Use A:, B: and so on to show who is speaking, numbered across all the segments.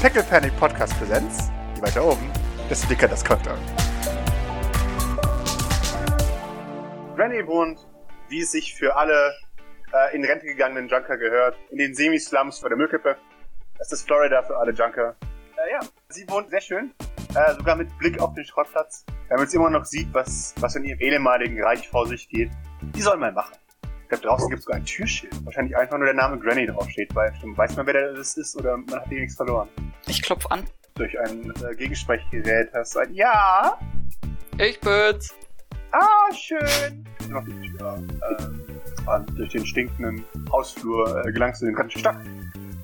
A: Tackle Panic Podcast Präsenz. Je weiter oben, desto dicker das Konto. Randy wohnt, wie es sich für alle äh, in Rente gegangenen Junker gehört, in den Semi-Slums vor der Müllkippe. Das ist Florida für alle Junker. Äh, ja, sie wohnt sehr schön, äh, sogar mit Blick auf den Schrottplatz, damit sie immer noch sieht, was, was in ihrem ehemaligen Reich vor sich geht. Die soll mal machen. Ich glaube, draußen gibt es sogar ein Türschild. Wahrscheinlich einfach nur der Name Granny draufsteht, weil stimmt, weiß man, wer das ist oder man hat eh nichts verloren.
B: Ich klopf an.
A: Durch ein äh, Gegensprechgerät hast du ein Ja!
B: Ich bin's.
A: Ah, schön! Ich mach die Tür auf. Ähm, und durch den stinkenden Hausflur äh, gelangst du in den ganzen Stadt,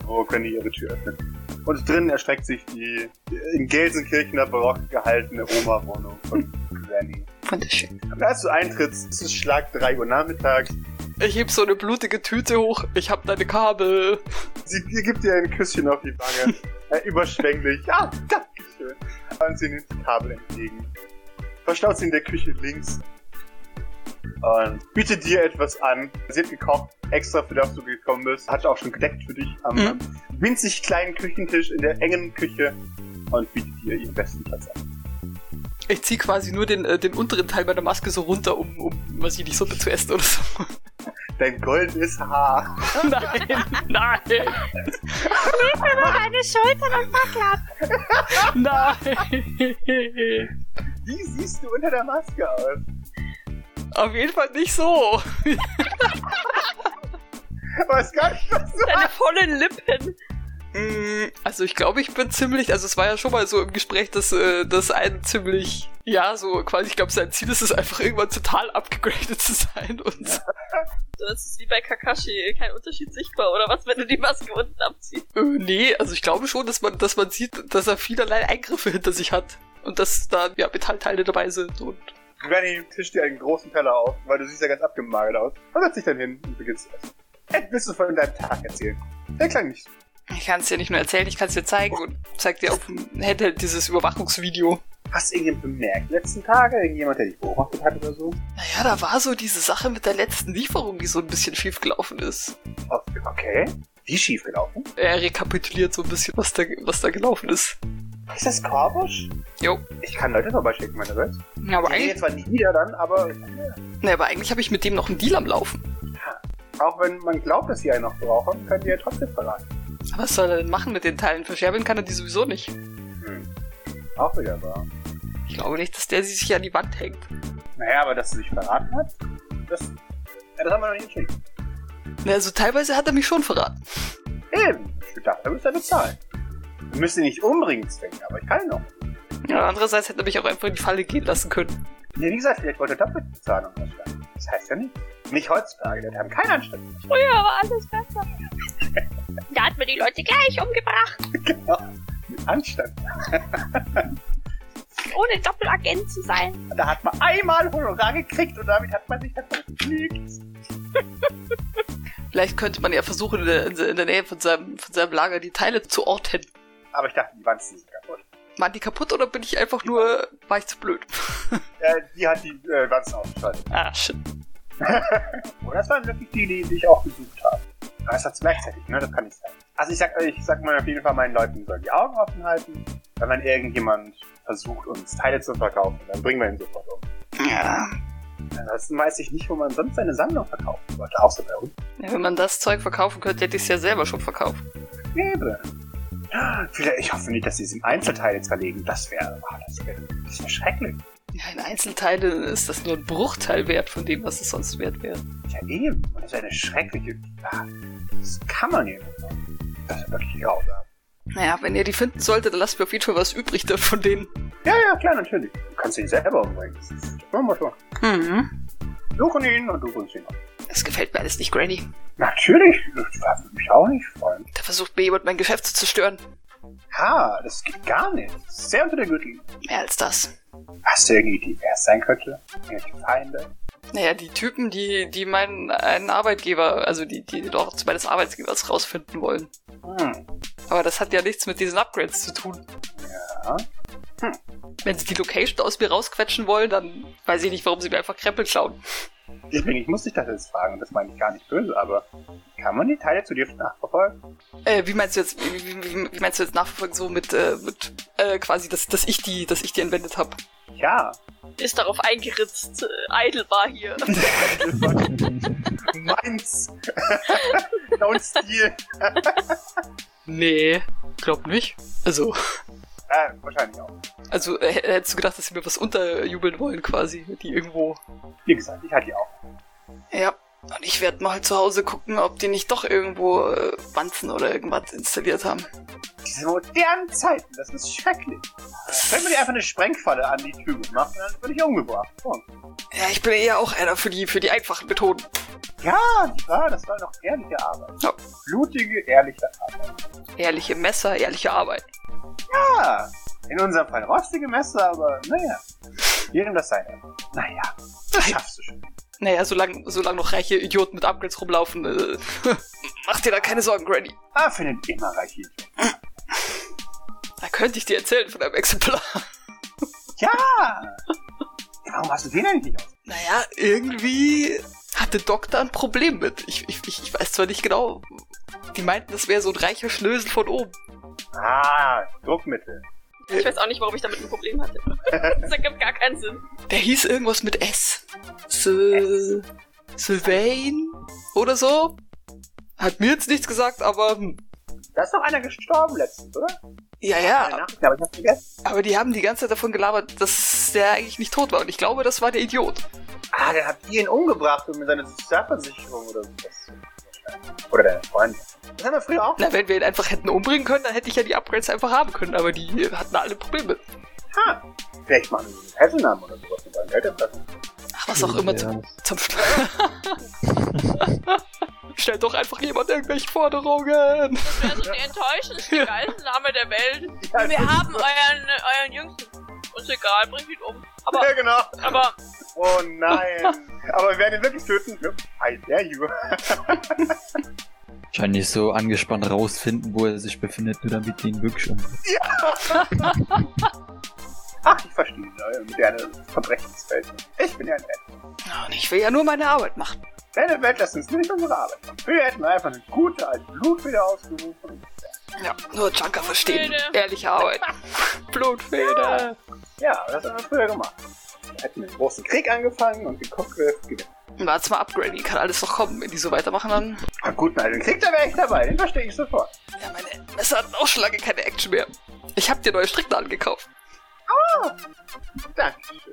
A: wo Granny ihre Tür öffnet. Und drinnen erstreckt sich die äh, in Gelsenkirchener barock gehaltene Oma-Wohnung von Granny.
B: Wunderschön.
A: Und als du eintrittst, ist es Schlag 3 Uhr nachmittags.
B: Ich heb so eine blutige Tüte hoch. Ich hab deine Kabel.
A: Sie gibt dir ein Küsschen auf die Wange. äh, überschwänglich. Ah, danke schön. Und sie nimmt die Kabel entgegen. Verstaut sie in der Küche links. Und bietet dir etwas an. Sie hat gekocht, extra für das du gekommen bist. Hat auch schon gedeckt für dich am
B: Mhm.
A: am winzig kleinen Küchentisch in der engen Küche. Und bietet dir ihren besten Platz an.
B: Ich zieh quasi nur den, äh, den unteren Teil meiner Maske so runter, um, um was ich die Suppe zu essen oder so.
A: Dein goldenes Haar.
B: nein, nein,
C: Nur meine Schultern und Backlappen.
B: nein.
A: Wie siehst du unter der Maske aus?
B: Auf jeden Fall nicht so.
A: Ich weiß gar nicht, was du
C: Deine vollen Lippen.
B: Mm, Also ich glaube, ich bin ziemlich, also es war ja schon mal so im Gespräch, dass, äh, dass ein ziemlich, ja, so quasi, ich glaube, sein Ziel ist es einfach irgendwann total abgegradet zu sein und
C: Das ist wie bei Kakashi, kein Unterschied sichtbar, oder was, wenn du die Maske unten abziehst?
B: Äh, nee, also ich glaube schon, dass man, dass man sieht, dass er vielerlei Eingriffe hinter sich hat. Und dass da ja Metallteile dabei sind und.
A: Granny tischt dir einen großen Teller auf, weil du siehst ja ganz abgemagert aus. Und setzt dich dann hin und beginnst zu essen. Ed, willst du von deinem Tag erzählen? Der klang nicht.
B: Ich kann es dir nicht nur erzählen, ich kann es dir zeigen und zeig dir auf dem Handheld dieses Überwachungsvideo.
A: Hast du irgendjemand bemerkt? Letzten Tage? Irgendjemand, der dich beobachtet hat oder so?
B: Naja, da war so diese Sache mit der letzten Lieferung, die so ein bisschen schief gelaufen ist.
A: Oh, Okay. Wie schief gelaufen?
B: Er rekapituliert so ein bisschen, was da, was da gelaufen ist.
A: Ist das Korbusch?
B: Jo.
A: Ich kann Leute vorbeischicken, meine Welt.
B: Ja, aber,
A: Ich rede
B: eigentlich,
A: zwar nie wieder dann, aber
B: nee, aber eigentlich habe ich mit dem noch einen Deal am Laufen.
A: auch wenn man glaubt, dass sie einen noch brauchen, können die ja trotzdem verraten.
B: Was soll er denn machen mit den Teilen? Verscherbeln kann er die sowieso nicht.
A: Hm. Auch wieder wahr.
B: Ich glaube nicht, dass der sie sich an die Wand hängt.
A: Naja, aber dass sie sich verraten hat, das, ja, das haben wir noch nicht entschieden.
B: Na, Also teilweise hat er mich schon verraten.
A: Eben. Ich dachte, da müsst ihr bezahlen. Wir müssen ihn nicht umbringen zwingen, aber ich kann ihn noch.
B: Ja, andererseits hätte er mich auch einfach in die Falle gehen lassen können.
A: Ja, wie gesagt, vielleicht wollte er doppelt bezahlen und ausschlagen. Das heißt ja nicht. Nicht heutzutage, das haben keine Anstalten.
C: Früher war alles besser. Da hat man die Leute gleich umgebracht,
A: Mit Anstand.
C: ohne Doppelagent zu sein.
A: Da hat man einmal Honorar gekriegt und damit hat man sich halt hat man gefliegt.
B: Vielleicht könnte man ja versuchen, in der, in der- in der Nähe von seinem, von seinem Lager die Teile zu orten.
A: Aber ich dachte, die Wand ist nicht kaputt.
B: Waren die kaputt oder bin ich einfach nur, war ich zu blöd?
A: Äh, die hat die äh, Wanzen ausgeschaltet.
B: ah, shit.
A: Und das waren wirklich die, die, die ich auch gesucht habe. Aber es hat gleichzeitig, ne? Das kann nicht sein. Also ich sag, ich sag mal auf jeden Fall meinen Leuten, die sollen die Augen offen halten. Wenn man irgendjemand versucht, uns Teile zu verkaufen, dann bringen wir ihn sofort um.
B: Ja.
A: Ansonsten weiß ich nicht, wo man sonst seine Sammlung verkaufen sollte, außer bei uns.
B: ja. Wenn man das Zeug verkaufen könnte, hätte ich es ja selber schon verkauft.
A: gäbe. Vielleicht, ich hoffe nicht, dass sie es in Einzelteile zerlegen. Das wäre, ah, das wäre, das wäre schrecklich.
B: Ja, in Einzelteilen ist das nur ein Bruchteil wert von dem, was es sonst wert wäre.
A: Ja, eben. Und das wäre eine schreckliche, ah, das kann man nicht. Das ist wirklich grausam.
B: Naja, wenn ihr die finden solltet, dann lasst mir auf jeden Fall was übrig da von denen.
A: Ja, ja, klar, natürlich. Du kannst ihn selber umbringen. Das ist- das Machen wir schon.
B: Mhm.
A: Suchen ihn und du uns ihn ab.
B: Das gefällt mir alles nicht, Granny.
A: Natürlich, das war für mich auch nicht freuen.
B: Da versucht mir jemand mein Geschäft zu zerstören.
A: Ha, das geht gar nicht. Das ist Sehr unter der Gürtel.
B: Mehr als das.
A: Hast du irgendeine Idee, wer es sein könnte? Irgendwelche Feinde?
B: Naja, die Typen, die, die meinen einen Arbeitgeber, also die, die dort meines Arbeitgebers rausfinden wollen.
A: Hm,
B: Aber das hat ja nichts mit diesen Upgrades zu tun. Hm.
A: ja.
B: Wenn sie die Location aus mir rausquetschen wollen, dann weiß ich nicht, warum sie mir einfach Krempel klauen.
A: Deswegen, ich muss dich das jetzt fragen, das meine ich gar nicht böse, aber kann man die Teile zu dir nachverfolgen?
B: Äh, wie meinst du jetzt, wie, wie, wie, wie meinst du jetzt nachverfolgen so mit, äh, mit äh, quasi, dass, dass ich die, dass ich die entwendet habe?
A: Ja.
C: Ist darauf eingeritzt, äh, eitelbar hier.
A: Das war meins. Dein Stil.
B: Nee, glaub nicht. Also,
A: Äh, wahrscheinlich auch.
B: also äh, hättest du gedacht, dass sie mir was unterjubeln wollen quasi, die irgendwo.
A: Wie gesagt, ich hatte die auch.
B: Ja. Und ich werde mal halt zu Hause gucken, ob die nicht doch irgendwo äh, Wanzen oder irgendwas installiert haben.
A: Diese modernen Zeiten, das ist schrecklich. Wenn wir dir einfach eine Sprengfalle an die Tür machen, dann würde ich umgebracht. So.
B: Ja, ich bin eher auch einer für die, für die einfachen Methoden.
A: Ja, ja, das war doch ehrliche Arbeit.
B: Ja.
A: Blutige, ehrliche Arbeit.
B: Ehrliche Messer, ehrliche Arbeit.
A: Ja, in unserem Fall rostige Messer, aber naja. Jedem das seine. Naja, das schaffst du schon.
B: Naja, solange solang noch reiche Idioten mit Upgrades rumlaufen, äh, mach dir da keine Sorgen, Granny.
A: Da findet immer Reiche.
B: Da könnte ich dir erzählen von einem Exemplar.
A: Ja! Warum hast du den denn nicht aus?
B: Naja, irgendwie hatte Doktor ein Problem mit. Ich, ich, ich ich weiß zwar nicht genau. Die meinten, das wäre so ein reicher Schlösel von oben.
A: Ah, Druckmittel.
C: Ich weiß auch nicht, warum ich damit ein Problem hatte. Das ergibt gar keinen Sinn.
B: Der hieß irgendwas mit S. Sy Sylvain oder so. Hat mir jetzt nichts gesagt, aber hm.
A: Da ist doch einer gestorben letztens, oder?
B: ja,
A: Keine
B: ja.
A: Nachricht, aber ich hab's vergessen.
B: Aber die haben die ganze Zeit davon gelabert, dass der eigentlich nicht tot war. Und ich glaube, das war der Idiot.
A: Ah, der hat ihn umgebracht und mit seiner Sozialversicherung oder so. Oder deine Freundin. Das haben wir früher auch.
B: Na, wenn wir ihn einfach hätten umbringen können, dann hätte ich ja die Upgrades einfach haben können. Aber die hatten alle Probleme.
A: Ha! Vielleicht machen wir einen Fesselnamen oder sowas mit seinen Eltern.
B: Ach, was auch immer zum,
D: Ja.
B: zum Stellt doch einfach jemand irgendwelche Forderungen.
C: Das wäre so die enttäuschendste Geiselnahme der Welt.
A: Ja,
C: Wir haben euren, euren Jüngsten. Uns egal, bringt ihn um. Aber,
A: Ja, genau.
C: aber,
A: Oh nein. aber wir werden ihn wirklich töten. I dare you.
D: Wahrscheinlich so angespannt rausfinden, wo er sich befindet, nur damit die ihn wirklich um- umbringen.
A: Ach, ich verstehe neue moderne Verbrechenswelt. Ich bin ja ein Welt.
B: Ja, Und ich will ja nur meine Arbeit machen.
A: Deine Welt lässt uns nicht unsere Arbeit machen. Wir hätten einfach eine gute alte Blut wieder ausgerufen.
B: Ja, nur Junker verstehen.
C: Blutfede.
B: Ehrliche Arbeit. Blutfeder.
A: Ja, das haben wir früher gemacht. Wir hätten einen großen Krieg angefangen und geguckt, wer es gewinnt.
B: Warte mal ab, Granny. Kann alles noch kommen. Wenn die so weitermachen, dann...
A: Einen guten alten Krieg, da wäre ich dabei. Den verstehe ich sofort.
B: Ja, meine Messer hatten auch schon lange keine Action mehr. Ich hab dir neue Stricknadeln gekauft.
A: Dankeschön.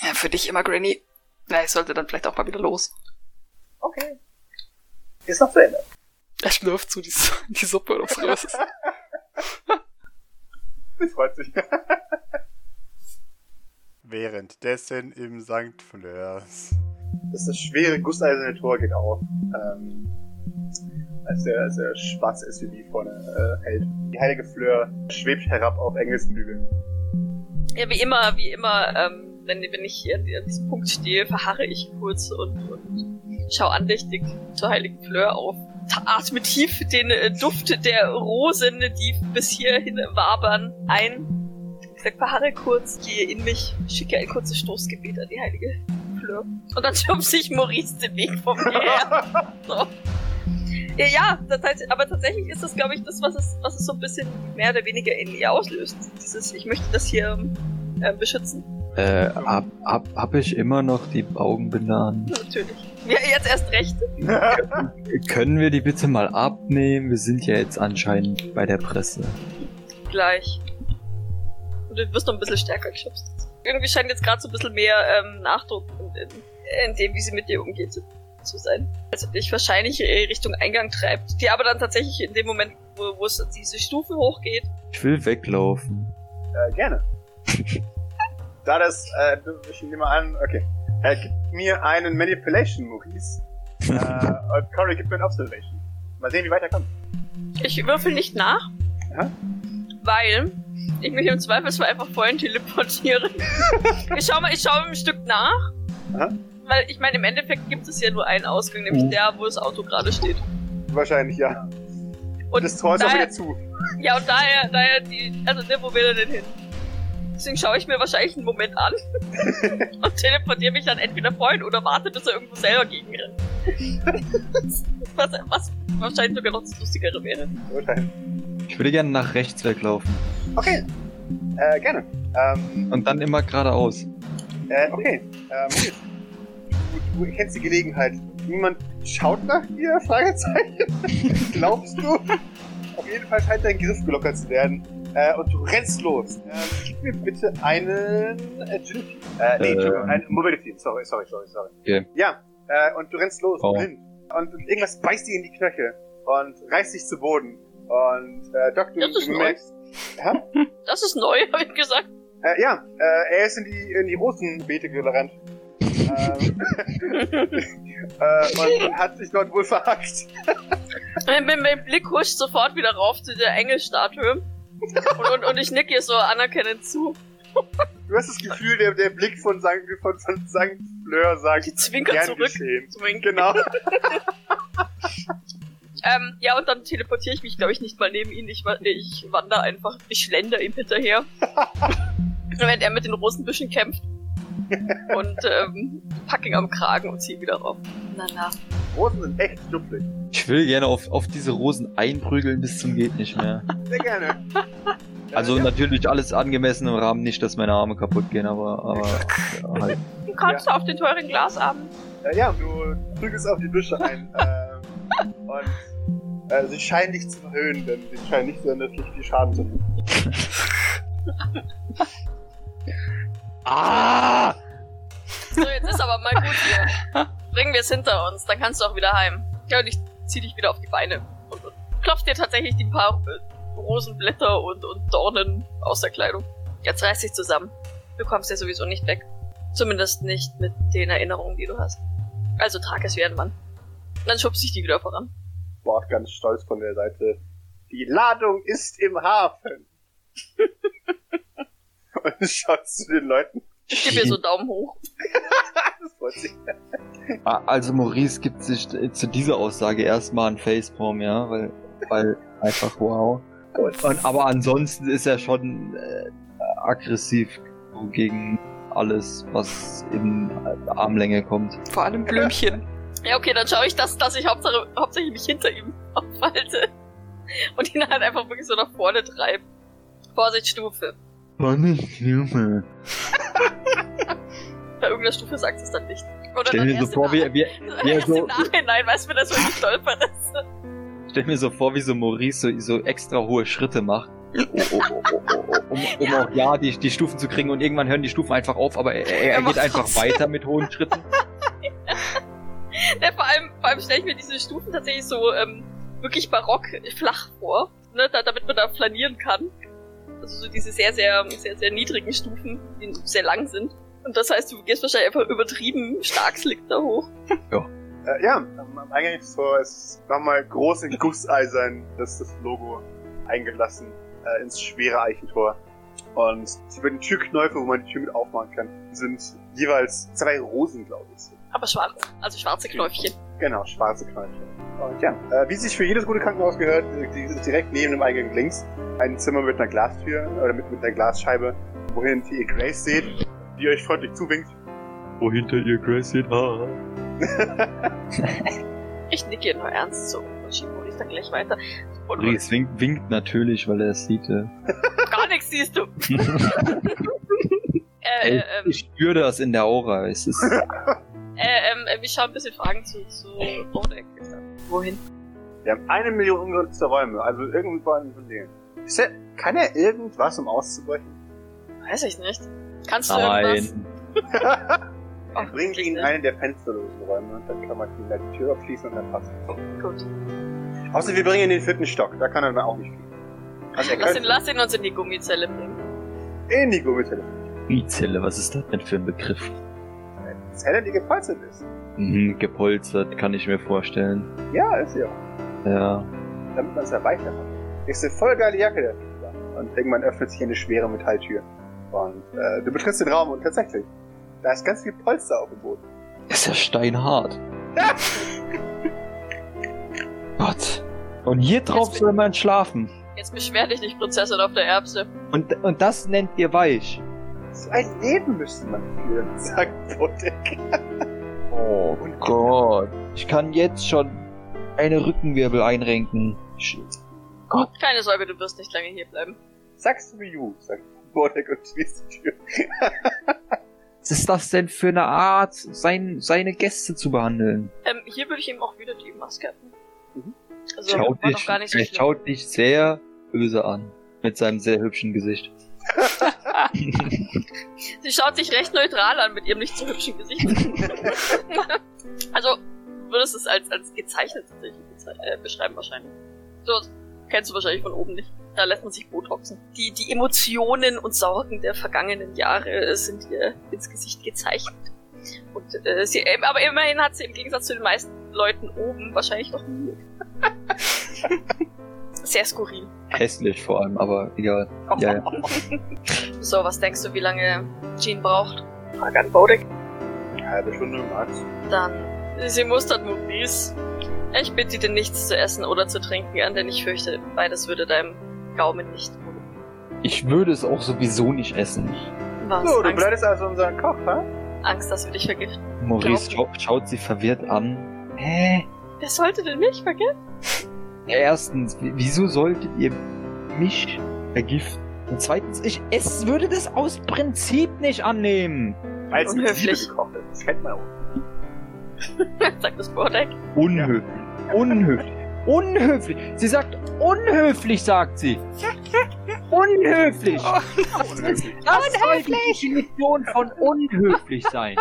B: Ja, für dich immer, Granny. Na, ich sollte dann vielleicht auch mal wieder los.
A: Okay. Ist noch zu Ende.
B: Er schlürft so die, die Suppe oder was ist.
A: Sie freut sich.
E: Währenddessen im St. Flörs.
A: Das, das schwere gusseiserne Tor geht auf, ähm, als, der, als der schwarze SUV vorne äh, hält. Die heilige Fleur schwebt herab auf Engelsflügeln.
C: ja, wie immer, wie immer, ähm, wenn, wenn ich hier an an diesem Punkt stehe, verharre ich kurz und, und schau andächtig zur heiligen Fleur auf. Ta- Atme tief den äh, Duft der Rosen, die bis hierhin wabern, ein. Wie gesagt, verharre kurz, gehe in mich, schicke ein kurzes Stoßgebet an die heilige Fleur. Und dann schubse ich Maurice den Weg von mir her. So. Ja, ja das heißt, aber tatsächlich ist das, glaube ich, das, was es, was es so ein bisschen mehr oder weniger in ihr auslöst. Dieses, ich möchte das hier ähm, beschützen.
D: Äh, hab, hab, hab ich immer noch die Augenbinder an?
C: Natürlich. Ja, jetzt erst recht.
D: Können wir die bitte mal abnehmen? Wir sind ja jetzt anscheinend bei der Presse.
C: Gleich. Und du wirst noch ein bisschen stärker geschubst. Irgendwie scheint jetzt gerade so ein bisschen mehr ähm, Nachdruck in, in, in dem, wie sie mit dir umgeht, zu, zu sein. Also dich wahrscheinlich äh, Richtung Eingang treibt. Die aber dann tatsächlich in dem Moment, wo, wo es diese Stufen hochgeht,
D: Ich will weglaufen.
A: Äh, gerne. da das, äh, du- ich nehme an, okay. Äh, gib mir einen Manipulation, Maurice. äh, und Cory, gib mir einen Observation. Mal sehen, wie weit er kommt.
C: Ich würfel nicht nach,
A: Ja.
C: weil ich mich im Zweifelsfall einfach vorhin teleportiere. ich schaue mal, ich schaue ein Stück nach.
A: Ja. Mhm.
C: Weil ich meine, im Endeffekt gibt es ja nur einen Ausgang, nämlich der, wo das Auto gerade steht.
A: Wahrscheinlich, ja.
C: Und
A: das Tor ist auch
C: daher-
A: wieder zu.
C: Ja, und daher, daher die, also ne, wo will er denn hin? deswegen schaue ich mir wahrscheinlich einen Moment an und teleportiere mich dann entweder vorhin oder warte, bis er irgendwo selber gegenrennt. was, was wahrscheinlich sogar noch das Lustigere wäre.
A: Urteil.
D: Ich würde gerne nach rechts weglaufen.
A: Okay. Äh, gerne. Ähm,
D: Und dann immer geradeaus.
A: äh, okay. Ähm, Nils, du, du kennst die Gelegenheit. Niemand schaut nach dir? Fragezeichen. Glaubst du? Auf jeden Fall scheint dein Griff gelockert zu werden. Äh, und du rennst los. Ähm, gib mir bitte einen Agility. Äh, nee,
D: Ähm.
A: Entschuldigung, einen Mobility. Sorry, sorry, sorry, sorry.
D: Okay.
A: Ja. Äh, und du rennst los.
D: Oh.
A: Hin. Und irgendwas beißt dir in die Knöchel und reißt dich zu Boden. Und äh, Doc, du,
C: Das ist
A: du
C: neu.
A: merkst. Hä?
C: Das ist neu, habe ich gesagt.
A: Äh, ja, äh, er ist in die, in die Rosenbeete gerannt. ähm, äh, und hat sich dort wohl verhackt.
C: Mein, mein, mein Blick huscht sofort wieder rauf zu der Engelstatue. und, und, und ich nicke ihr so anerkennend zu.
A: Du hast das Gefühl, der, der Blick von St. Von, von St. Fleur sagt,
C: Die zwinkert
A: gern
C: zurück.
A: geschehen.
C: zu meinen
A: Genau.
C: Ähm, ja, und dann teleportiere ich mich, glaube ich, nicht mal neben ihn. Ich, wa- ich wandere einfach, ich schlender ihm hinterher. während er mit den Rosenbüschen kämpft. Und ähm, pack ihn am Kragen und zieh ihn wieder rauf. Na na.
A: Rosen sind echt schnupflig.
D: Ich will gerne auf, auf diese Rosen einprügeln bis zum geht nicht mehr.
A: Sehr gerne. Äh,
D: Also
A: ja.
D: natürlich alles angemessen im Rahmen, nicht, dass meine Arme kaputt gehen, aber, aber ja, halt.
C: Du kannst auf den teuren Glasabend.
A: Äh, ja, du drückst auf die Büsche ein. Äh, und äh, sie scheinen dich zu verhöhnen, denn sie scheinen nicht sonderlich viel Schaden zu tun.
D: Ah!
C: So, jetzt ist aber mal gut hier. Bringen wir es hinter uns, dann kannst du auch wieder heim. Ja, und ich zieh dich wieder auf die Beine. Und, und klopf dir tatsächlich die paar äh, Rosenblätter und, und Dornen aus der Kleidung. Jetzt reiß dich zusammen. Du kommst ja sowieso nicht weg. Zumindest nicht mit den Erinnerungen, die du hast. Also trag es wie ein Mann. Und dann schubst ich die wieder voran.
A: Bord ganz stolz von der Seite. Die Ladung ist im Hafen. Und schaut zu den Leuten.
C: Ich gebe ihr so Daumen hoch.
A: Das freut sich.
D: Ah, Also Maurice gibt sich äh, zu dieser Aussage erstmal ein Facepalm, ja, weil, weil einfach wow. Und, und, aber ansonsten ist er schon äh, aggressiv so gegen alles, was in äh, Armlänge kommt.
B: Vor allem Blümchen.
C: Ja, okay, dann schaue ich, dass, dass ich hauptsache, hauptsächlich mich hinter ihm aufhalte. Und ihn halt einfach wirklich so nach vorne treibe. Vorsicht, Stufe.
D: Bonne Junge.
C: Bei irgendeiner Stufe sagt es dann nicht. Oder
D: Stell
C: dann
D: mir so
C: erst
D: vor,
C: im
D: wie,
C: Nach-
D: wie,
C: dann
D: wie er
C: erst Also im
D: so,
C: Nachhinein, weißt du, wenn er so gestolpert ist.
D: stell mir so vor, wie so Maurice so, so extra hohe Schritte macht. Oh, oh, oh, oh, oh, oh, Um, um auch ja die, die Stufen zu kriegen und irgendwann hören die Stufen einfach auf, aber er, er,
B: Er
D: er
B: macht
D: geht einfach
B: trotzdem.
D: weiter mit hohen Schritten.
C: Ja, vor allem, vor allem stelle ich mir diese Stufen tatsächlich so ähm, wirklich barock äh, flach vor, ne, da, damit man da flanieren kann. Also so diese sehr, sehr, sehr, sehr niedrigen Stufen, die sehr lang sind. Und das heißt, du gehst wahrscheinlich einfach übertrieben stark slick da hoch.
A: Äh, ja, am, am Eingang des Tors ist nochmal groß in Gusseisern das, das Logo eingelassen äh, ins schwere Eichentor. Und über den Türknäufe, wo man die Tür mit aufmachen kann, sind jeweils zwei Rosen, glaube ich.
C: Aber schwarz, also schwarze Knäufchen.
A: Genau, schwarze Knöpfchen. Und ja, äh, wie sich für jedes gute Krankenhaus gehört, äh, die ist direkt neben dem Eingang links ein Zimmer mit einer Glastür oder mit, mit einer Glasscheibe, wohin ihr Grace seht, die euch freundlich zuwinkt.
D: Wo Oh, hinter ihr Gracie Haar.
C: Ich nicke ihr nur ernst so. Und schiebe Maurice dann gleich weiter. Und
D: Maurice winkt, winkt natürlich, weil er es sieht. äh. Ja.
C: gar nichts siehst du. äh, äh,
D: Ey,
C: ähm,
D: ich spüre das in der Aura. Es ist,
C: Äh, ähm, äh, wir schauen ein bisschen Fragen zu, zu Bodek. Wohin?
A: Wir haben eine Million ungenutzte Räume, also irgendwann von denen. Ist er, kann er irgendwas, um auszubrechen?
C: Weiß ich nicht. Kannst du irgendwas?
D: nein.
C: Oh,
A: Bringt ihn in
C: ne?
A: einen der fensterlosen Räume und dann kann man ihn da die Tür abschließen und dann passt
C: Gut.
A: es. Außer wir bringen ihn in den vierten Stock, da kann er dann auch nicht fliegen. Also er
C: Lass ihn,
A: könnte
C: lass ihn uns in die Gummizelle bringen.
A: in die Gummizelle.
D: Mizelle, was ist das denn für ein Begriff?
A: Zelle, die gepolstert ist.
D: Mhm, gepolstert, kann ich mir vorstellen.
A: Ja, ist ja.
D: Ja.
A: damit man es erweitert hat. Ist eine voll geile Jacke der Flieder. Und irgendwann öffnet sich eine schwere Metalltür. Und äh, du betrittst den Raum und tatsächlich, da ist ganz viel Polster auf dem Boden.
D: Ist ja steinhart. Gott. Und hier drauf
C: Jetzt-
D: soll man schlafen.
C: Jetzt beschwer dich nicht, Prinzessin auf der Erbse.
D: Und, und das nennt ihr weich.
A: So ein Leben müsste man führen, sagt Bodek.
D: Oh Gott. Ich kann jetzt schon eine Rückenwirbel einrenken. Sch-
C: Keine Sorge, du wirst nicht lange hier bleiben.
A: Sagst du mir you, sagt Bodek und schließt die Tür.
D: Was ist das denn für eine Art, sein, seine Gäste zu behandeln?
C: Ähm, hier würde ich ihm auch wieder die Maske abnehmen.
A: Mhm.
C: Also, war doch gar nicht so
D: er
C: schlimm.
D: schaut dich sehr böse an. Mit seinem sehr hübschen Gesicht.
C: Sie schaut sich recht neutral an mit ihrem nicht so hübschen Gesicht. also, du würdest es als, als gezeichnet tatsächlich bezei- äh, beschreiben wahrscheinlich. So, kennst du wahrscheinlich von oben nicht. Da lässt man sich botoxen. Die, die Emotionen und Sorgen der vergangenen Jahre äh, sind ihr ins Gesicht gezeichnet. Und, äh, sie, äh, aber immerhin hat sie im Gegensatz zu den meisten Leuten oben wahrscheinlich noch nie. Sehr skurril.
D: Hässlich vor allem, aber egal. Ja, ja.
C: So, was denkst du, wie lange Jean braucht? Frage an Bodek.
A: Eine halbe Stunde im Arzt.
C: Dann. Sie mustert Maurice. Ich bitte dir nichts zu essen oder zu trinken an, denn ich fürchte, beides würde deinem Gaumen nicht tun.
D: Ich würde es auch sowieso nicht essen.
C: Was?
A: So, du
C: Angst,
A: bleibst also unser Koch, ha?
C: Angst, dass wir dich vergiften.
D: Maurice schau,
C: Glaub
D: schaut sie verwirrt an. Hä?
C: Wer sollte denn mich vergiften?
D: Erstens, w- wieso solltet ihr mich vergiften? Und zweitens, ich es würde das aus Prinzip nicht annehmen.
A: Weil es mit
C: Unhöflich.
A: Liebe gekocht ist. Das kennt man auch.
C: sagt das Bodek.
D: Unhöflich. Unhöflich. Unhöflich. Sie sagt unhöflich, sagt sie. Unhöflich.
A: Unhöflich.
D: Das soll die Definition von unhöflich sein.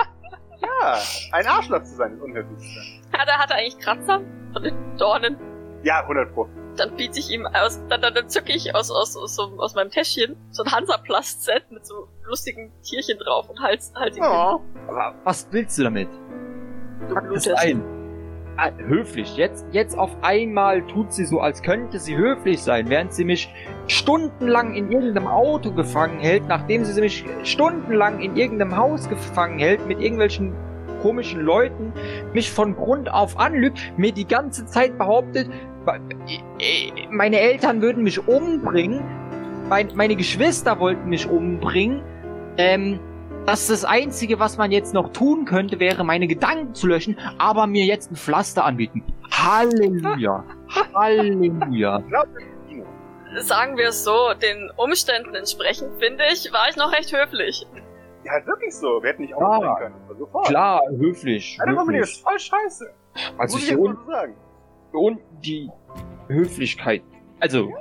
A: Ja, ein Arschloch zu sein ist unhöflich zu sein.
C: Hat er, hat er eigentlich Kratzer von den Dornen?
A: Ja, 100 Pro.
C: Dann biete ich ihm aus, dann, dann, dann zücke ich aus, aus, aus, so- aus meinem Täschchen so ein Hansaplast-Set mit so lustigen Tierchen drauf und halt's halt ihn.
B: Oh.
A: Ja.
D: Aber was willst du damit?
C: Du
D: Pack das
C: blutest.
D: ein. Ah, höflich. Jetzt, jetzt auf einmal tut sie so, als könnte sie höflich sein, während sie mich stundenlang in irgendeinem Auto gefangen hält, nachdem sie mich stundenlang in irgendeinem Haus gefangen hält, mit irgendwelchen komischen Leuten, mich von Grund auf anlügt, mir die ganze Zeit behauptet, ba- äh, meine Eltern würden mich umbringen, mein, meine Geschwister wollten mich umbringen, ähm, dass das Einzige, was man jetzt noch tun könnte, wäre, meine Gedanken zu löschen, aber mir jetzt ein Pflaster anbieten. Halleluja. Halleluja.
C: Sagen wir es so, den Umständen entsprechend, finde ich, war ich noch recht höflich.
A: Ja, halt wirklich so. Wir hätten nicht aufbrechen
D: Ja.
A: können. Aber sofort.
D: Klar, höflich.
A: Deine Familie
D: höflich.
A: ist voll scheiße.
D: Also
A: Muss ich
D: hier
A: jetzt mal
D: un
A: so sagen.
D: und die Höflichkeit. Also,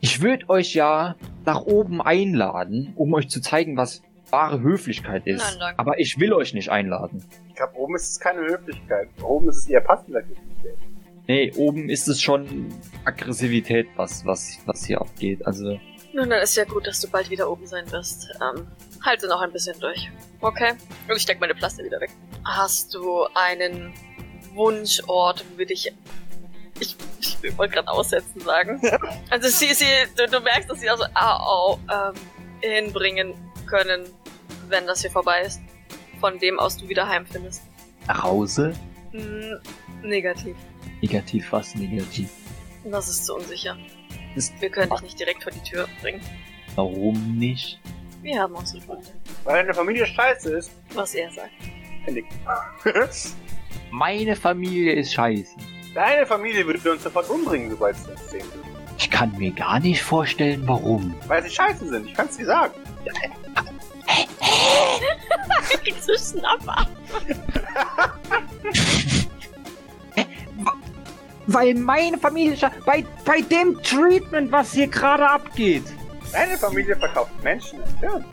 D: ich würde euch ja nach oben einladen, um euch zu zeigen, was wahre Höflichkeit ist.
C: Nein, danke.
D: Aber ich will euch nicht einladen.
A: Ich glaube, oben ist es keine Höflichkeit. Oben ist es eher passender.
D: Nee, oben ist es schon Aggressivität, was, was, was hier abgeht. Also,
C: Nun, dann ist ja gut, dass du bald wieder oben sein wirst. Ähm, halte noch ein bisschen durch. Okay. Und ich steck meine Plaste wieder weg. Hast du einen Wunschort, wo wir dich. Ich, ich wollte gerade aussetzen sagen. Also sie, sie, du, du merkst, dass sie also au, au, ähm, hinbringen können, wenn das hier vorbei ist. Von dem aus du wieder heimfindest.
D: nach Hause?
C: Hm, negativ.
D: Negativ, was negativ?
C: Das ist zu unsicher.
D: Ist-
C: Wir können dich nicht direkt vor die Tür bringen.
D: Warum nicht?
C: Wir haben unsere Freunde.
A: Weil deine Familie scheiße ist.
C: Was er sagt.
D: Meine Familie ist scheiße.
A: deine Familie würde uns sofort umbringen, sobald sie das sehen.
D: Ich kann mir gar nicht vorstellen, warum.
A: Weil sie scheiße sind. Ich kann es dir sagen.
C: Kriegst du Schnapper?
D: Weil meine Familie sche- bei bei dem Treatment, was hier gerade abgeht.
A: Deine Familie verkauft Menschen an Firmen,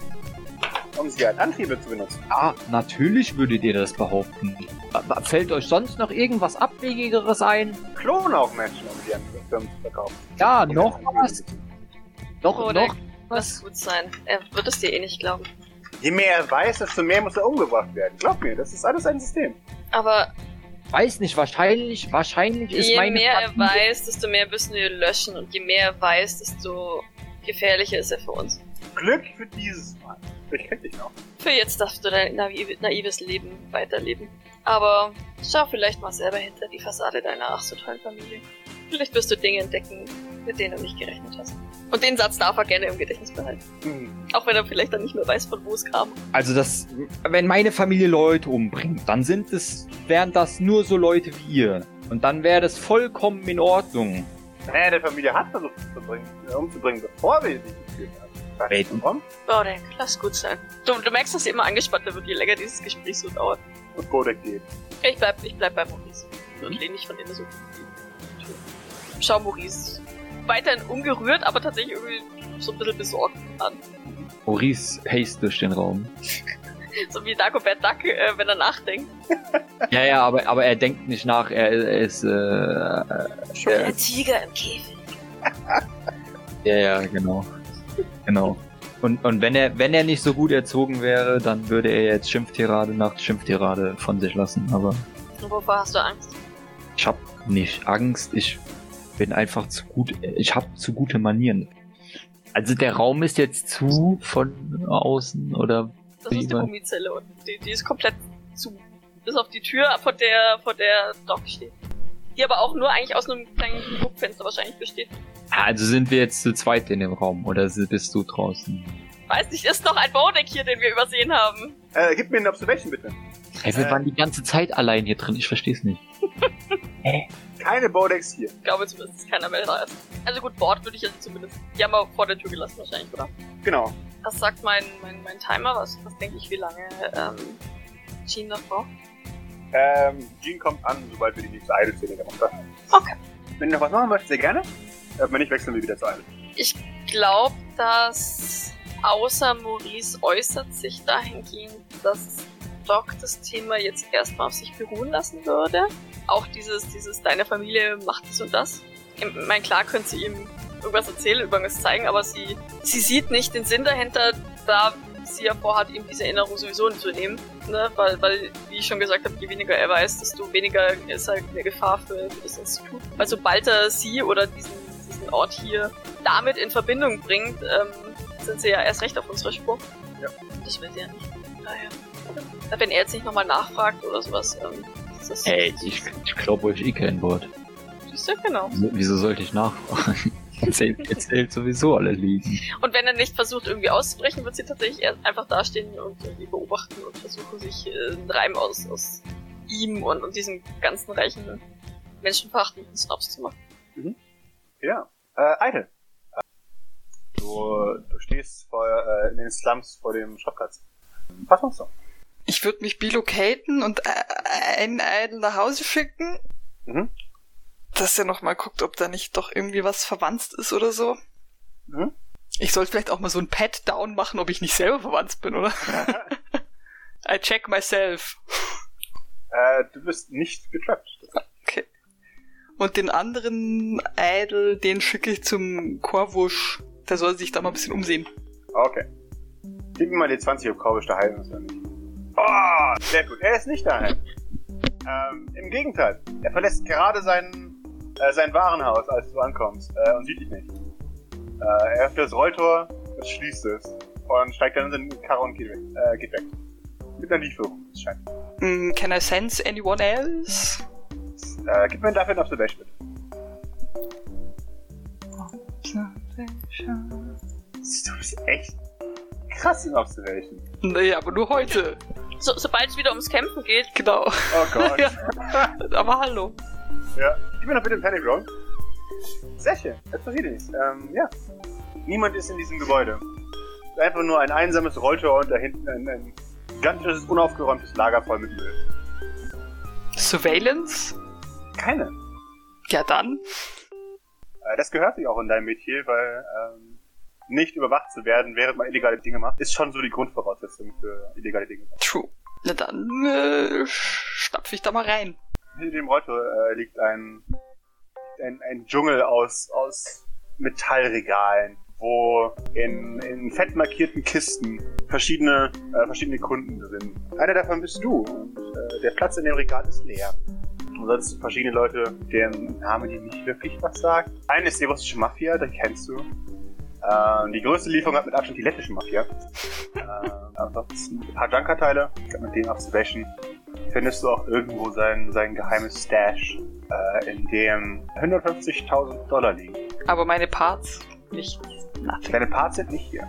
A: um sie als Antriebe zu benutzen.
D: Ah, natürlich würdet ihr das behaupten. Aber Fällt euch sonst noch irgendwas abwegigeres ein?
A: Klonen auch Menschen, um sie an Firmen zu verkaufen.
D: Ja,
A: Um
D: noch
A: sie als
D: was?
A: Antriebe zu benutzen.
D: Noch
C: Oder-
D: noch
C: Lass
D: was?
C: gut sein. Er wird es dir eh nicht glauben.
A: Je mehr er weiß, desto mehr muss er umgebracht werden. Glaub mir, das ist alles ein System.
C: Aber
D: Weiß nicht, wahrscheinlich wahrscheinlich ist
C: je
D: meine
C: mehr er
D: Familie-
C: weiß, desto mehr müssen wir löschen. Und je mehr er weiß, desto gefährlicher ist er für uns.
A: Glück für dieses Mal. Ich kenn dich noch.
C: Für jetzt darfst du dein naiv naives Leben weiterleben. Aber schau vielleicht mal selber hinter die Fassade deiner ach so tollen Familie. Vielleicht wirst du Dinge entdecken, mit denen du nicht gerechnet hast. Und den Satz darf er gerne im Gedächtnis behalten.
A: Hm.
C: Auch wenn er vielleicht dann nicht mehr weiß, von wo es kam.
D: Also das, wenn meine Familie Leute umbringt, dann sind es, wären das nur so Leute wie ihr. Und dann wäre das vollkommen in Ordnung.
A: Naja, der Familie hat versucht, uns zu bringen, äh, umzubringen, bevor wir sie geführt haben.
D: Reden.
A: Warum?
C: Oh, der lass gut sein. Du, du merkst, dass sie immer angespannter wird, je länger dieses Gespräch so dauert.
A: Und Godek geht.
C: Ich bleib, ich bleib bei Maurice. Und lehne mich von innen so. Schau Maurice. Weiterhin ungerührt, aber tatsächlich irgendwie so ein bisschen besorgt an.
D: Maurice haste durch den Raum.
C: So wie Dagobert Duck, äh, wenn er nachdenkt.
D: Ja, ja, aber, aber er denkt nicht nach, er, er ist, äh, äh,
C: Schon
D: Ja.
C: der Tiger im Käfig.
D: ja, ja, genau. Genau. Und, und wenn er, wenn er nicht so gut erzogen wäre, dann würde er jetzt Schimpftirade nach Schimpftirade von sich lassen, aber
C: Und wovor hast du Angst?
D: Ich hab nicht Angst, ich bin einfach zu gut, ich hab zu gute Manieren. Also der Raum ist jetzt zu von außen oder
C: Das ist die
D: Lieber.
C: Gummizelle und die, die ist komplett zu. Bis auf die Tür, vor der, vor der Doc steht. Die aber auch nur eigentlich aus einem kleinen Guckfenster wahrscheinlich besteht.
D: also sind wir jetzt zu zweit in dem Raum oder si- bist du draußen?
C: Weiß nicht, ist noch ein Baudeck hier, den wir übersehen haben.
A: Äh, gib mir eine Observation bitte.
D: Hey, wir
A: Äh.
D: waren die ganze Zeit allein hier drin, ich versteh's nicht.
A: Keine Bodex hier.
C: Ich glaube zumindest, dass keiner mehr da ist. Also gut, Bord würde ich jetzt zumindest. Die haben wir vor der Tür gelassen wahrscheinlich, oder?
A: Genau.
C: Was sagt mein, mein, mein Timer? Was, was denke ich, wie lange ähm, Jean noch braucht?
A: Ähm, Jean kommt an, sobald wir die nächste Idol-Szene gemacht haben.
C: Okay.
A: Wenn ihr noch was machen möchtet, sehr gerne. Äh, wenn nicht, wechseln wir wieder zu Idol.
C: Glaubt, dass außer Maurice äußert sich dahingehend, dass Doc das Thema jetzt erstmal auf sich beruhen lassen würde. Auch dieses, dieses, deine Familie macht das und das. Ich meine, klar könnte sie ihm irgendwas erzählen, irgendwas zeigen, aber sie, sie sieht nicht den Sinn dahinter, da sie ja vorhat, ihm diese Erinnerung sowieso zu nehmen. Ne? Weil, weil, wie ich schon gesagt habe, je weniger er weiß, desto weniger ist halt eine Gefahr für, für das Institut. Weil sobald er sie oder diesen, diesen Ort hier damit in Verbindung bringt, ähm, sind sie ja erst recht auf unserer Spur.
A: Ja.
C: Das will sie ja nicht. Daher. Wenn er jetzt nicht nochmal nachfragt oder sowas, ähm, ist das.
D: Hey, ich, ich glaube euch eh kein Wort.
C: Siehst du, genau.
D: Wieso- Wieso sollte ich nachfragen? Erzählt, erzählt sowieso alle Liegen.
C: Und wenn er nicht versucht, irgendwie auszubrechen, wird sie tatsächlich erst einfach dastehen und irgendwie beobachten und versuchen, sich äh, einen Reim aus, aus ihm und, und diesem ganzen reichen, menschenverachtenden Snobs zu machen.
A: Ja. Äh, Idol. Du, du stehst vor, äh, in den Slums vor dem Schrottplatz. Was machst du?
B: Ich würde mich bilocaten und äh, einen Eiden nach Hause schicken.
A: Mhm.
B: Dass er nochmal guckt, ob da nicht doch irgendwie was verwandt ist oder so.
A: Mhm.
B: Ich sollte vielleicht auch mal so ein Pat-Down machen, ob ich nicht selber verwandt bin, oder? I check myself.
A: Äh, du bist nicht getrappt.
B: Und den anderen Idol, den schicke ich zum Korwusch. Der soll sich da mal ein bisschen umsehen.
A: Okay. Gib mir mal die 20, ob Korbisch daheim ist oder nicht. Oh, sehr gut. Er ist nicht daheim. Ähm, Im Gegenteil. Er verlässt gerade sein, äh, sein Warenhaus, als du ankommst, äh, und sieht dich nicht. Äh, er öffnet das Rolltor, das schließt es und steigt dann in seinen Karre und geht weg. Äh, geht weg. Mit einer Lieferung, es scheint.
B: Mm, can I sense anyone else?
A: Äh, gib mir dafür ein Observation bitte. Du bist echt krass in Observation.
B: Nee, aber nur heute.
C: So, sobald es wieder ums Kämpfen geht,
B: Genau.
A: Oh Gott.
B: Ja. Aber hallo.
A: Ja, gib mir noch bitte einen Panic Roll. Sehr schön, das passiert nichts. Ähm, ja. Niemand ist in diesem Gebäude. Es ist Einfach nur ein einsames Rolltor und da hinten ein, ein gigantisches, unaufgeräumtes Lager voll mit Müll.
B: Surveillance?
A: Keine.
B: Ja dann.
A: Äh, das gehört sich auch in deinem Metier, weil ähm, nicht überwacht zu werden, während man illegale Dinge macht, ist schon so die Grundvoraussetzung für illegale Dinge.
B: True. Na dann äh, stapfe ich da mal rein.
A: Hinter dem Rolltor äh, liegt ein, ein, ein Dschungel aus, aus Metallregalen, wo in, in fett markierten Kisten verschiedene, äh, verschiedene Kunden sind. Einer davon bist du und äh, der Platz in dem Regal ist leer. Und sonst sind verschiedene Leute, deren Name dir nicht wirklich was sagt. Eine ist die russische Mafia, die kennst du. Ähm, die größte Lieferung hat mit Abstand die lettische Mafia. Ähm, ansonsten ein paar Junkerteile, mit denen Observation findest du auch irgendwo sein, sein geheimes Stash. äh, in dem 150.000 Dollar liegen.
B: Aber meine Parts nicht. Nothing.
A: Deine Parts sind nicht hier.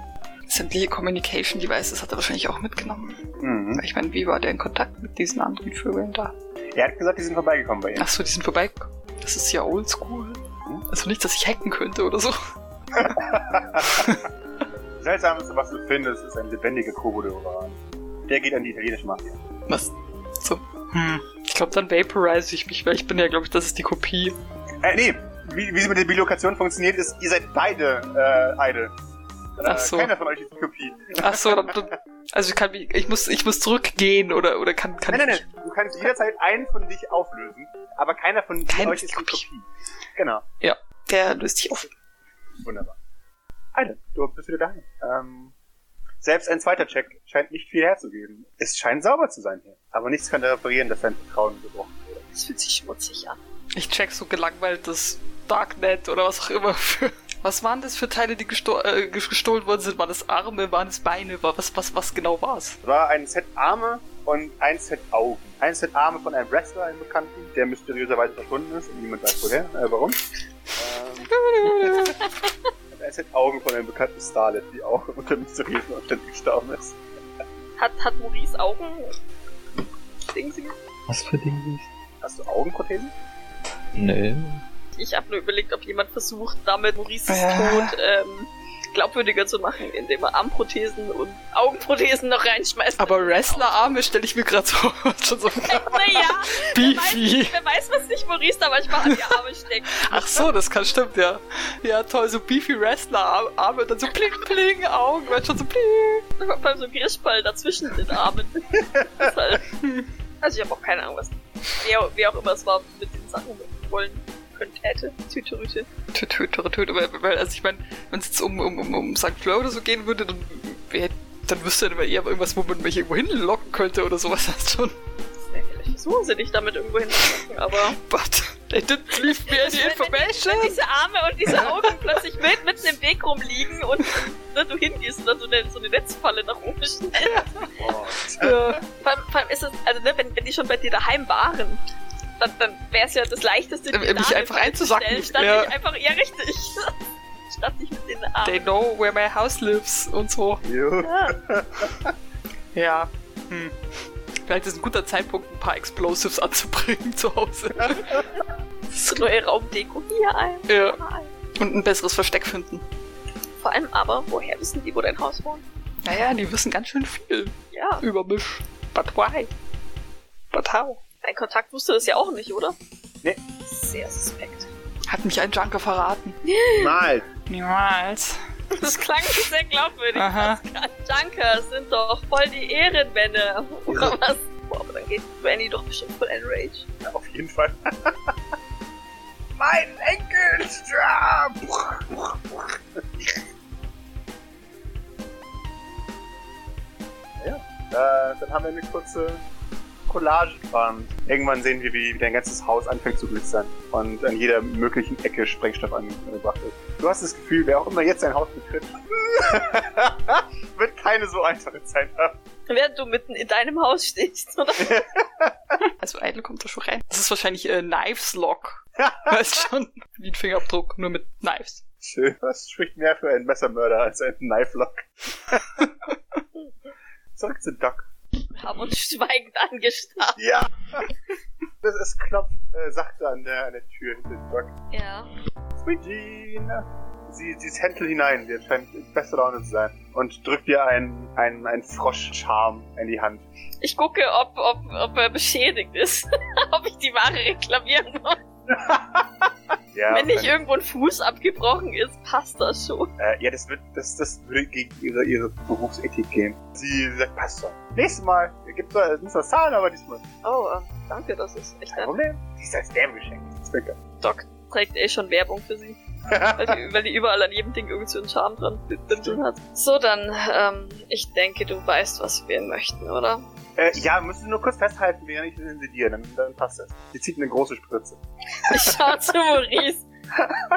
B: Sämtliche Communication Devices hat er wahrscheinlich auch mitgenommen.
A: Mhm.
B: Ich meine, wie war der in Kontakt mit diesen anderen Vögeln da?
A: Er hat gesagt, die sind vorbeigekommen bei ihm.
B: Achso, die sind vorbeigekommen. Das ist ja oldschool. Also nicht, dass ich hacken könnte oder so.
A: Das Seltsamste, was du findest, ist ein lebendiger Kobodo-Uran. Der geht an die italienische Mafia.
B: Was? So. Hm. Ich glaube, dann vaporize ich mich, weil ich bin ja, glaube ich, das ist die Kopie.
A: Äh, nee, wie, wie sie mit der Bilokation funktioniert, ist, ihr seid beide äh, idle. Äh,
B: Ach so.
A: Keiner von euch ist die Kopie.
B: Achso, dann, dann, also ich kann mich, ich muss, ich muss zurückgehen oder, oder kann, kann
A: Nein, nein,
B: ich
A: nein. Du kannst jederzeit einen von dich auflösen, aber keiner von
B: Keiner
A: euch
B: ist
A: ist
B: die
A: die
B: Kopie.
A: Kopie. Genau,
B: nein. Der löst sich auf.
A: wunderbar. Idle, du bist wieder daheim. Ähm, selbst ein zweiter Check scheint nicht viel herzugeben. Es scheint sauber zu sein hier. Aber nichts kann reparieren, dass dein Vertrauen gebrochen wurde.
C: Das fühlt sich schmutzig an.
B: Ich check so gelangweilt das Darknet oder was auch immer für. Was waren das für Teile, die gesto äh, ges- gestohlen worden sind? Waren das Arme, waren es Beine? War was, was, was genau war's?
A: Es war ein Set Arme und ein Set Augen. Ein Set Arme von einem Wrestler, einem Bekannten, der mysteriöserweise verschwunden ist und niemand weiß woher, äh, warum. Ähm, und ein Set Augen von einem bekannten Starlet, die auch unter mysteriösen Umständen gestorben ist.
C: Hat, hat Maurice Augen? Ding sie?
D: Was für Ding ist?
A: Hast du Augenprothesen?
D: Nee.
C: Ich habe nur überlegt, ob jemand versucht, damit Maurices
B: Ja.
C: Tod ähm, glaubwürdiger zu machen, indem er Armprothesen und Augenprothesen noch reinschmeißt.
B: Aber Wrestlerarme stelle ich mir gerade so schon so
C: naja,
B: beefy.
C: wer weiß, was nicht Maurice da manchmal an die Arme steckt.
B: Ach so, das kann stimmt, ja. Ja, toll, so beefy Wrestlerarme, dann so pling pling Augen, wird schon so pling.
C: Beim so Grischball dazwischen den Armen. Das ist halt, also ich habe auch keine Ahnung, was. Wer, wer auch immer es war, mit den Sachen wollen könnte, hätte. Tüterüte.
B: Töt, töt, töt, töt, aber weil, also ich meine, wenn es jetzt um, um, um, um St. Fleur oder so gehen würde, dann, wär, dann wüsste er eher irgendwas, wo man mich irgendwo hinlocken könnte oder sowas. Das ist schon.
C: Ja, Vielleicht versuchen sie dich damit irgendwo hinzumachen, aber.
B: But they didn't leave me any information.
C: Wenn diese Arme und diese Augen plötzlich wild mitten im Weg rumliegen und ne, du hingehst und dann so eine, so eine Netzfalle nach oben schlägst.
B: Ja.
C: Vor allem, vor allem ist es, also ne, wenn, wenn die schon bei dir daheim waren, dann, dann wäre es ja das Leichteste, die
B: Äh, Mich
C: Nadel
B: einfach einzusacken,
C: stellen, Statt
B: ja.
C: dich einfach, ja richtig. Statt dich mit den Armen.
B: They know where my house lives und so.
A: Jo.
C: Ja.
B: Ja. Hm. Vielleicht ist ein guter Zeitpunkt, ein paar Explosives anzubringen zu Hause.
C: So neue Raumdeko. Hier ein,
B: Ja.
C: da ein.
B: Und ein besseres Versteck finden.
C: Vor allem aber, woher wissen die, wo dein Haus wohnt?
B: Naja, die wissen ganz schön viel
C: Ja,
B: über mich. But why? But how?
C: dein Kontakt wusste das ja auch nicht, oder?
A: Nee.
C: Sehr suspekt.
B: Hat mich ein Junker verraten.
A: Mal.
B: Niemals.
C: Das klang nicht sehr glaubwürdig.
B: Aha.
C: Junker sind doch voll die Ehrenmänner. Oder was? Boah, aber dann geht Randy doch bestimmt voll in Rage.
A: Ja, auf jeden Fall. mein Enkel! Ja. ja, äh, dann haben wir eine kurze Collage gefahren. Irgendwann sehen wir, wie dein ganzes Haus anfängt zu glitzern und an jeder möglichen Ecke Sprengstoff angebracht ist. Du hast das Gefühl, wer auch immer jetzt sein Haus betritt, wird keine so einfache Zeit haben.
C: Während du mitten in deinem Haus stehst, oder?
B: Also Idle kommt da schon rein. Das ist wahrscheinlich äh, Knives Lock. weißt schon? Wie ein Fingerabdruck, nur mit Knives.
A: Schön. Das spricht mehr für einen Messermörder als einen Knifelock. Zurück zu Doc.
C: Haben uns schweigend angestarrt.
A: Ja! Das ist Knopf, äh, sagte an der, an der Tür hinter Doc.
C: Ja.
A: Sweet Jean! Sie, sie ist Händel hinein, sie scheint in bester Laune zu sein. Und drückt ihr einen, einen, einen Froschcharm in die Hand.
C: Ich gucke, ob, ob, ob er beschädigt ist. ob ich die Ware reklamieren muss.
A: Ja,
C: Wenn nicht irgendwo ein Fuß abgebrochen ist, passt das schon.
A: äh, ja das, wird, das, das würde gegen ihre, ihre Berufsethik gehen. Sie sagt, passt schon. Nächstes Mal, ihr gebt zwar, es muss was zahlen, aber diesmal.
C: Oh, ähm, danke, das ist echt
A: Kein
C: nett.
A: Problem. Sie ist als Damn geschenkt. Zwinker.
C: Doc trägt eh schon Werbung für sie. weil, die, weil die überall an jedem Ding irgendwie so einen Charme dran zu tun hat. So, dann, ähm, ich denke, du weißt, was wir möchten, oder?
A: Äh, ja, müssen nur kurz festhalten, während ich sedieren, dann, dann passt das. Sie zieht eine große Spritze.
C: Ich schau zu Maurice.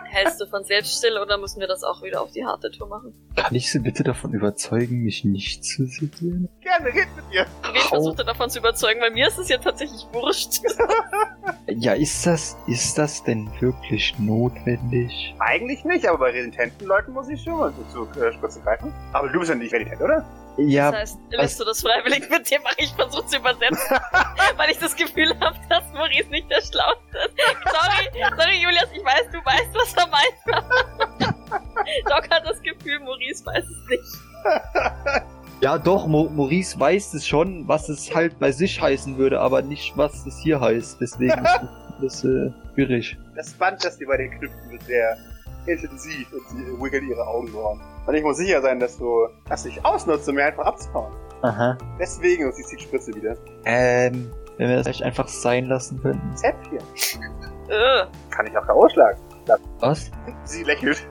C: Hältst du von selbst still oder müssen wir das auch wieder auf die harte Tour machen?
D: Kann ich sie bitte davon überzeugen, mich nicht zu sedieren?
A: Gerne, red mit mir.
C: Wen
D: Au.
C: versucht er davon zu überzeugen? Bei mir ist es ja tatsächlich wurscht.
D: Ja, ist das, ist das denn wirklich notwendig?
A: Eigentlich nicht, aber bei renitenten Leuten muss ich schon mal zu, zu äh, Spritzen greifen. Aber du bist ja nicht renitent, oder?
D: Ja,
C: Das heißt, lässt du das freiwillig mit dir machen? Ich versuche zu übersetzen, weil ich das Gefühl habe, dass Maurice nicht der Schlauste ist. Sorry, sorry, Julius, ich weiß, du weißt, was er meint. Doc hat das Gefühl, Maurice weiß es nicht.
D: ja doch, Mo Maurice weiß es schon, was es halt bei sich heißen würde, aber nicht, was es hier heißt. Deswegen ist das äh, schwierig.
A: Das Band, das die bei dir knüpfen, wird sehr intensiv und sie wiggelt ihre Augenbrauen. Und ich muss sicher sein, dass du das nicht ausnutzt, um mir einfach abzuhauen.
D: Aha.
A: Deswegen, und sie zieht Spritze wieder.
D: Ähm, wenn wir das echt einfach sein lassen könnten.
A: Zäpfchen.
C: Äh,
A: Kann ich auch K.O. schlagen.
D: Was?
A: Sie lächelt.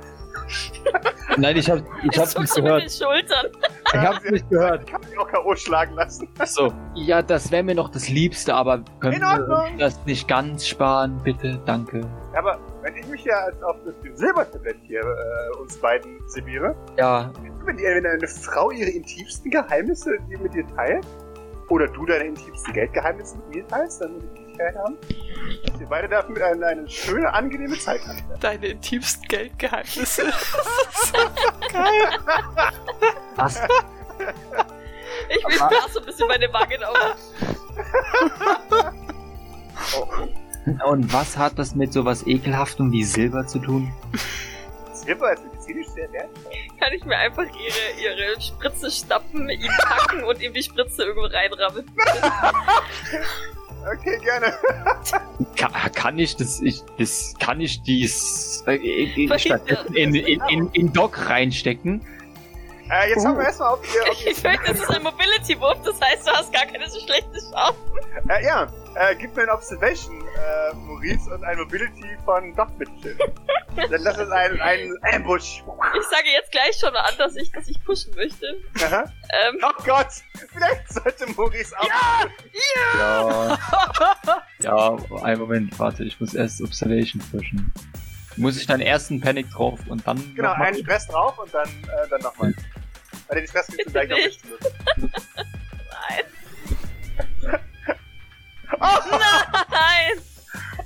D: Nein, ich hab, ich
C: ich
D: hab's
C: zuck
D: nicht
C: so mit
D: gehört.
C: den Schultern.
D: Ich hab's nicht gehört.
A: Kann mich auch K.O. schlagen lassen.
D: So. Ja, das wäre mir noch das Liebste, aber können
A: In
D: wir
A: Ordnung.
D: das nicht ganz sparen, bitte? Danke.
A: Aber wenn ich mich ja als auf das Silbertablett hier äh, uns beiden serviere,
D: Ja,
A: wenn, die, wenn eine Frau ihre intimsten Geheimnisse die mit dir teilt, oder du deine intimsten Geldgeheimnisse mit mir teilst, dann muss ich Sicherheit haben, dass wir beide dafür eine, eine schöne, angenehme Zeit haben.
B: Deine intimsten Geldgeheimnisse.
D: was?
C: Ich will da so ein bisschen meine Wangen auf.
D: Und was hat das mit sowas Ekelhaftem wie Silber zu tun?
A: Silber ist medizinisch sehr wert.
C: Kann ich mir einfach ihre, ihre Spritze schnappen, ihn packen und ihm die Spritze irgendwo reinrammen?
A: Okay, gerne.
D: Ka kann ich das, ich, das, kann ich dies äh, äh,
C: Verhindern.
D: stattdessen in, in, in, in Doc reinstecken?
A: Äh, jetzt haben wir erstmal auf ihr. Auf ihr
C: Ich möchte, das ist ein Mobility-Wurf, das heißt, du hast gar keine so schlechte Chance.
A: äh, ja, äh, gib mir ein Observation, äh, Maurice, und ein Mobility von Doc bitte. Dann lass es ein, ein Ambush.
C: Ich sage jetzt gleich schon mal an, dass ich, dass ich pushen möchte.
A: Aha.
C: Ähm,
A: Oh Gott, vielleicht sollte Maurice auch.
D: Ja. ja, einen Moment, warte, ich muss erst Observation pushen. Muss ich dann erst einen Panic drauf und dann.
A: Genau,
D: nochmal-
A: einen Stress drauf und dann, äh, dann nochmal. Bei den Stress gibst du gleich noch
C: Bitte nicht.
A: mit.
C: nein.
A: Oh,
C: Nein!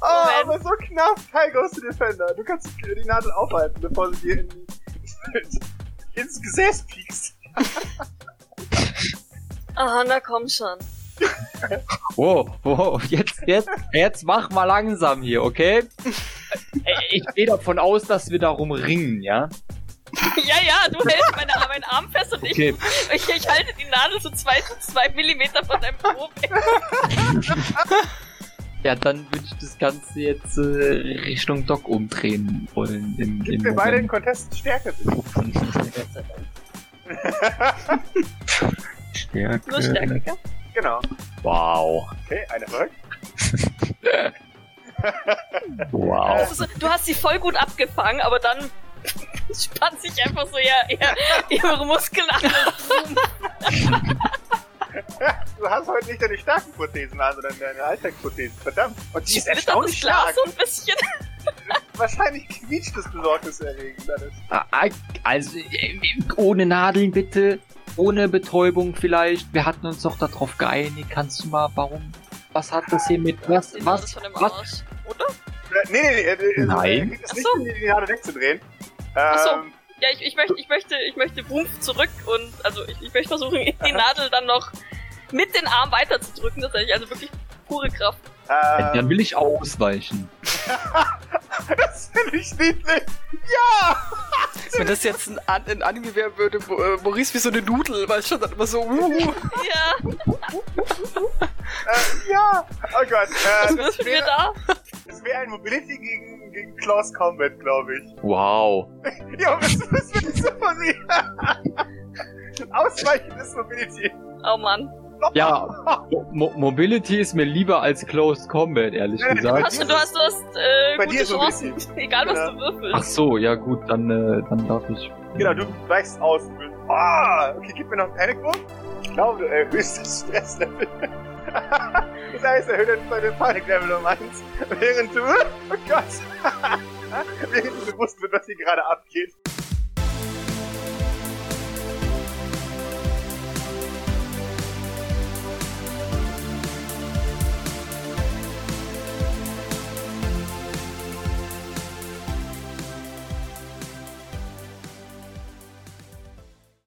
A: oh aber so knapp. Hi, Ghost Defender. Du kannst die Nadel aufhalten, bevor sie dir in die, ins Gesäß piekst.
C: Ah, na komm schon.
D: Wow, wow, jetzt, jetzt, jetzt mach mal langsam hier, okay? Äh, Ich gehe davon aus, dass wir darum ringen, ja?
C: Ja, ja, du hältst meine, meinen Arm fest und
D: Okay.
C: ich, ich, ich halte die Nadel so zwei, so zwei Millimeter von deinem Po weg.
D: Ja, dann würde ich das Ganze jetzt äh, Richtung Doc umdrehen wollen. Im, im
A: Wir beide in
D: Moment.
A: Contest Stärke.
D: Stärke.
C: Nur Stärke, gell?
A: Genau.
D: Wow.
A: Okay, eine verrückt.
D: Wow.
C: Also, so, du hast sie voll gut abgefangen, aber dann spannt sich einfach so ihr, ihr, ihre Muskeln an.
A: Du hast heute nicht deine starken Prothesen an, sondern deine Alltagsprothesen. Verdammt. Und die ist
C: Splittert das
A: erstaunlich
C: Glas
A: stark.
C: so ein bisschen.
A: Wahrscheinlich quietscht das besorgniserregend alles.
D: Ah, Also, äh, ohne Nadeln bitte. Ohne Betäubung vielleicht. Wir hatten uns doch darauf geeinigt. Kannst du mal, warum? Was hat das hier mit. Was?
C: Sieht man das
D: Was?
C: von dem
D: was?
C: Arsch?
A: Äh, Nee, nee, nee. äh, äh,
D: Nein.
A: äh, Es
C: Ach
A: nicht
C: so.
A: um die Nadel wegzudrehen.
C: Ach so.
A: Ähm,
C: Ja, ich, ich möchte, ich möchte, ich möchte Wumpf zurück und also ich, ich möchte versuchen, die Nadel dann noch mit den Arm weiterzudrücken. Das ist also wirklich pure Kraft.
A: ähm,
D: Äh, Dann will ich ausweichen.
A: Das finde ich niedlich.
B: Wenn das jetzt ein, An ein Anime wäre, würde Mo- äh, Maurice wie so eine Nudel, weißt schon, dann immer so, uh,
C: Ja,
A: Äh, ja. Oh Gott. Äh,
C: was müssen wir da?
A: das wäre ein Mobility gegen, gegen Close Combat, glaube ich.
D: Wow.
A: Ja, was, was willst du von mir? Ausweichendes Mobility.
C: Oh Mann.
D: Ja, Mo Mo Mobility ist mir lieber als Closed Combat, ehrlich
A: Nein,
D: gesagt.
C: Hast du, du hast, du hast äh,
A: Bei dir
C: gute
A: so
C: Chancen. Egal was
A: Ja.
C: du
D: Ach
C: würfelst.
D: so, ja gut, dann, äh, dann darf ich.
A: Genau, du weichst aus. und willst- Ah, okay, gib mir noch einen Panikbogen. Ich glaube, du erhöhst das Stresslevel. das heißt, erhöht jetzt bei dem Paniklevel um eins. Während du. Oh Gott. während ihm bewusst wird, was hier gerade abgeht.